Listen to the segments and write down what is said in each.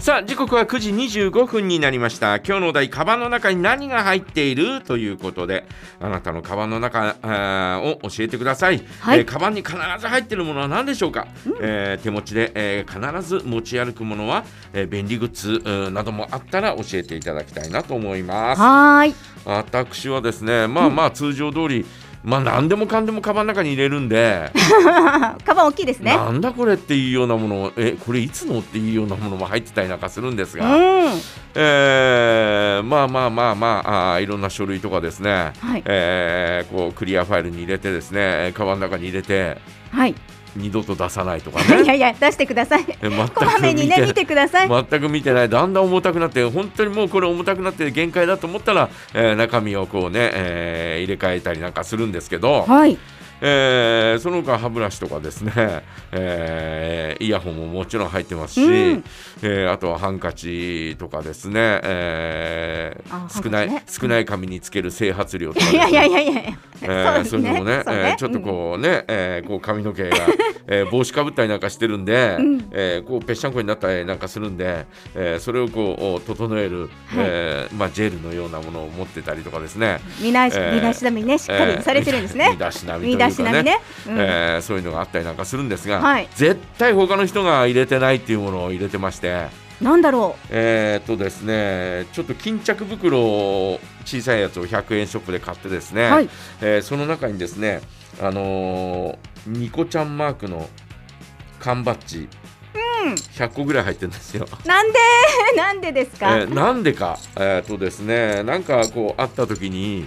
さあ時刻は9時25分になりました今日のお題カバンの中に何が入っているということであなたのカバンの中あーを教えてください、はいえーカバンに必ず入っているものは何でしょうか、えー手持ちで、えー必ず持ち歩くものは、えー便利グッズうーなどもあったら教えていただきたいなと思いますはーい。私はですねまあまあ通常通り、まあ何でもかんでもカバンの中に入れるんで、カバン大きいですね。なんだこれっていうようなものえこれいつのっていうようなものも入ってたりなんかするんですうん。が、はえーまあまあまあまああーいろんな書類とかですね、い。えーこうクリアファイルに入れてですねカバンの中に入れてはい。二度と出さないとかいねやいや、出してくだ さい。え全こまめくに見ね、て見てください。全く見てないだんだん重たくなって本当にもうこれ重たくなって限界だと思ったら、えー中身をこうね、えー入れ替えたりなんかするんですけど、はい。えーその他歯ブラシとかですね、 えーイヤホンももちろん入ってますし、うんえーあとはハンカチとかですね、えーあ少ない、ハンカチね少ない紙につける整髪料とかですね、いやいやいやいやいや。えーそそううですいうねのもねそうねえーちょっとこうね、えーこう髪の毛が、 えー帽子かぶったりなんかしてるんで、うんえーこうぺっしゃんこになったりなんかするんで、えーそれをこう整える、えーまあ、ジェルのようなものを持ってたりとかですね。見なし、えー見出しだみね、しっかりされてるんですえーね身。だしなみとい見出うしかなね。みね。うんえーそういうのがあったりなんかするんですが、はい絶対他の人が入れてないっていうものを入れてまして、なんだろえーっとですね、ちょっと巾着袋を小さいやつを100円ショップで買ってですう。ね、はい。えーその中にですね、あのーニコちゃんマークの缶バッジ、100個ぐらい入ってるんですよ。なんで、 なんでですえか。ーなんでか、えーっとですね、なんかこうあった時に、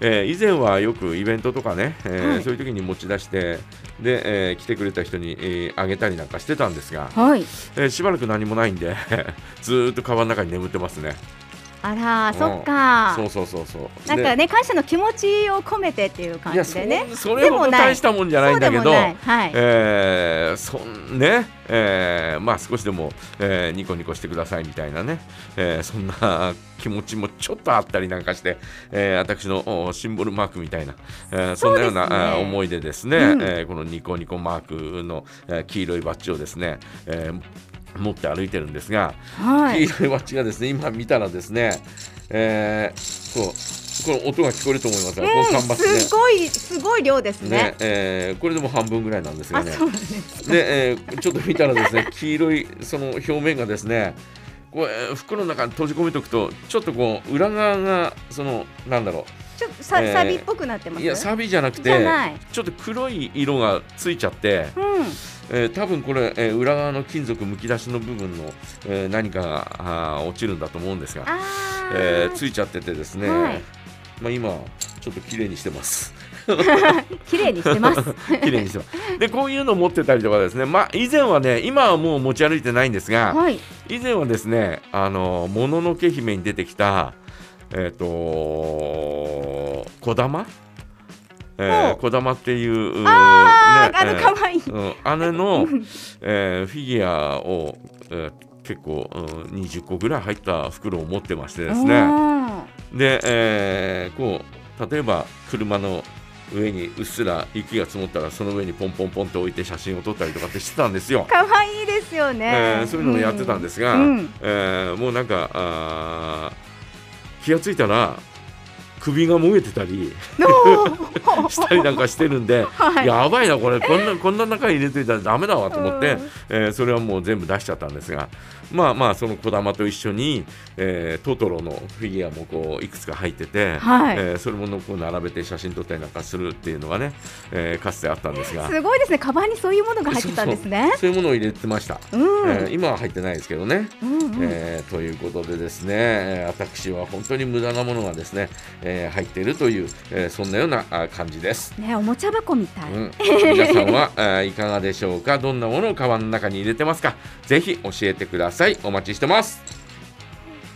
えー以前はよくイベントとかね、えーはいそういう時に持ち出してで、えー来てくれた人に、えーあげたりなんかしてたんですが、はい。えーしばらく何もないんで ずーっとカバンの中に眠ってますね。あら、うんそっかそ。うそうそうそう。なんでかね、感謝の気持ちを込めてっていうい感やじそでね。うそれでももない大したもんじゃないんだけそうど。でもないはい。えーそんね、えーまあ少しでも、えーニコニコしてくださいみたいなね、えーそんな気持ちもちょっとあったりなんかして、えー私のおシンボルマークみたいな、えーそんなようなそうですねあー思いでですね、うんえーこのニコニコマークの、えー黄色いバッジをですね、えー持って歩いてるんですが、はい。黄色いバッジがですね今見たらですね、えーこうこの音が聞こえると思いますが、この缶バッジねすごい、すごい量ですねね。えーこれでも半分ぐらいなんですがあ、ね。そうなんです。で、えーちょっと見たらですね黄色いその表面がですねこうえー袋の中に閉じ込めておくとちょっとこう裏側がそのなんだろちょっとさ、えーサビっぽくなってまうす。いやサビじゃなくじゃてないちょっと黒い色がついちゃって、うん。えー多分これ、えー裏側の金属むき出しの部分の、えー何かがあー落ちるんだと思うんですが、ああ。えーついちゃっててですね、はいまあ、今ちょっと綺麗にしてます。 綺麗にしてます。綺麗にしてますでこういうの持ってたりとかですね、まあ、以前はね今はもう持ち歩いてないんですが、はい。以前はですね、あの、もののけ姫に出てきた、えっ、と、こだまほえー、うこだまっていう、ああ、あねのえー可愛い。うん、あれ の、えーフィギュアを、えー結構、うん、20個ぐらい入った袋を持ってましてですね。あで、えーこう、例えば車の上にうっすら雪が積もったらその上にポンポンポンと置いて写真を撮ったりとかってしてたんですよー。可愛いですよねえ。ーそういうのもやってたんですが、うんうんえーもうなんかあー気がついたら首がもげてた り のーしたりなんかしてるんで、 はいやばいなこれこんなこんな中に入れといたらダメだわと思って、うんえーそれはもう全部出しちゃったんですがまあまあその小玉と一緒に、えートトロのフィギュアもこういくつか入ってて、はいえーそれものこう並べて写真撮ったりなんかするっていうのがね、えーかつてあったんですが。すごいですね。カバンにそういうものが入ってたんですねそう。そうそういうものを入れてました、うん。うえんー今は入ってないですけどね、うん。えーということでですね、えー私は本当に無駄なものがですね、えー入っているという、えーそんなようなあ感じです。ね、おもちゃ箱みたうい。 ん、皆さんはあーいかがでしょうかどんなものをカバンの中に入れてますかぜひ教えてくださいお待ちしてます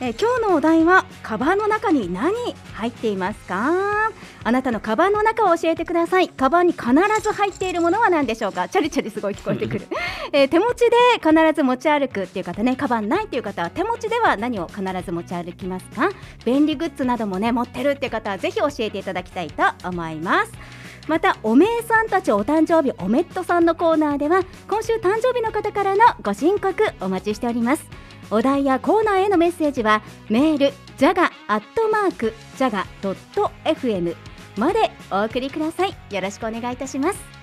えー今日のお題はカバンの中に何入っていますかあなたのカバンの中を教えてくださいカバンに必ず入っているものは何でしょうかチャリチャリすごい聞こえてくる、えー手持ちで必ず持ち歩くっていう方ねカバンないっていう方は手持ちでは何を必ず持ち歩きますか便利グッズなどもね持ってるっていう方はぜひ教えていただきたいと思いますまたおめえさんたちお誕生日おめっとさんのコーナーでは今週誕生日の方からのご申告お待ちしておりますお題やコーナーへのメッセージはメールジャガアットマークジャガ .fm までお送りくださいよろしくお願いいたします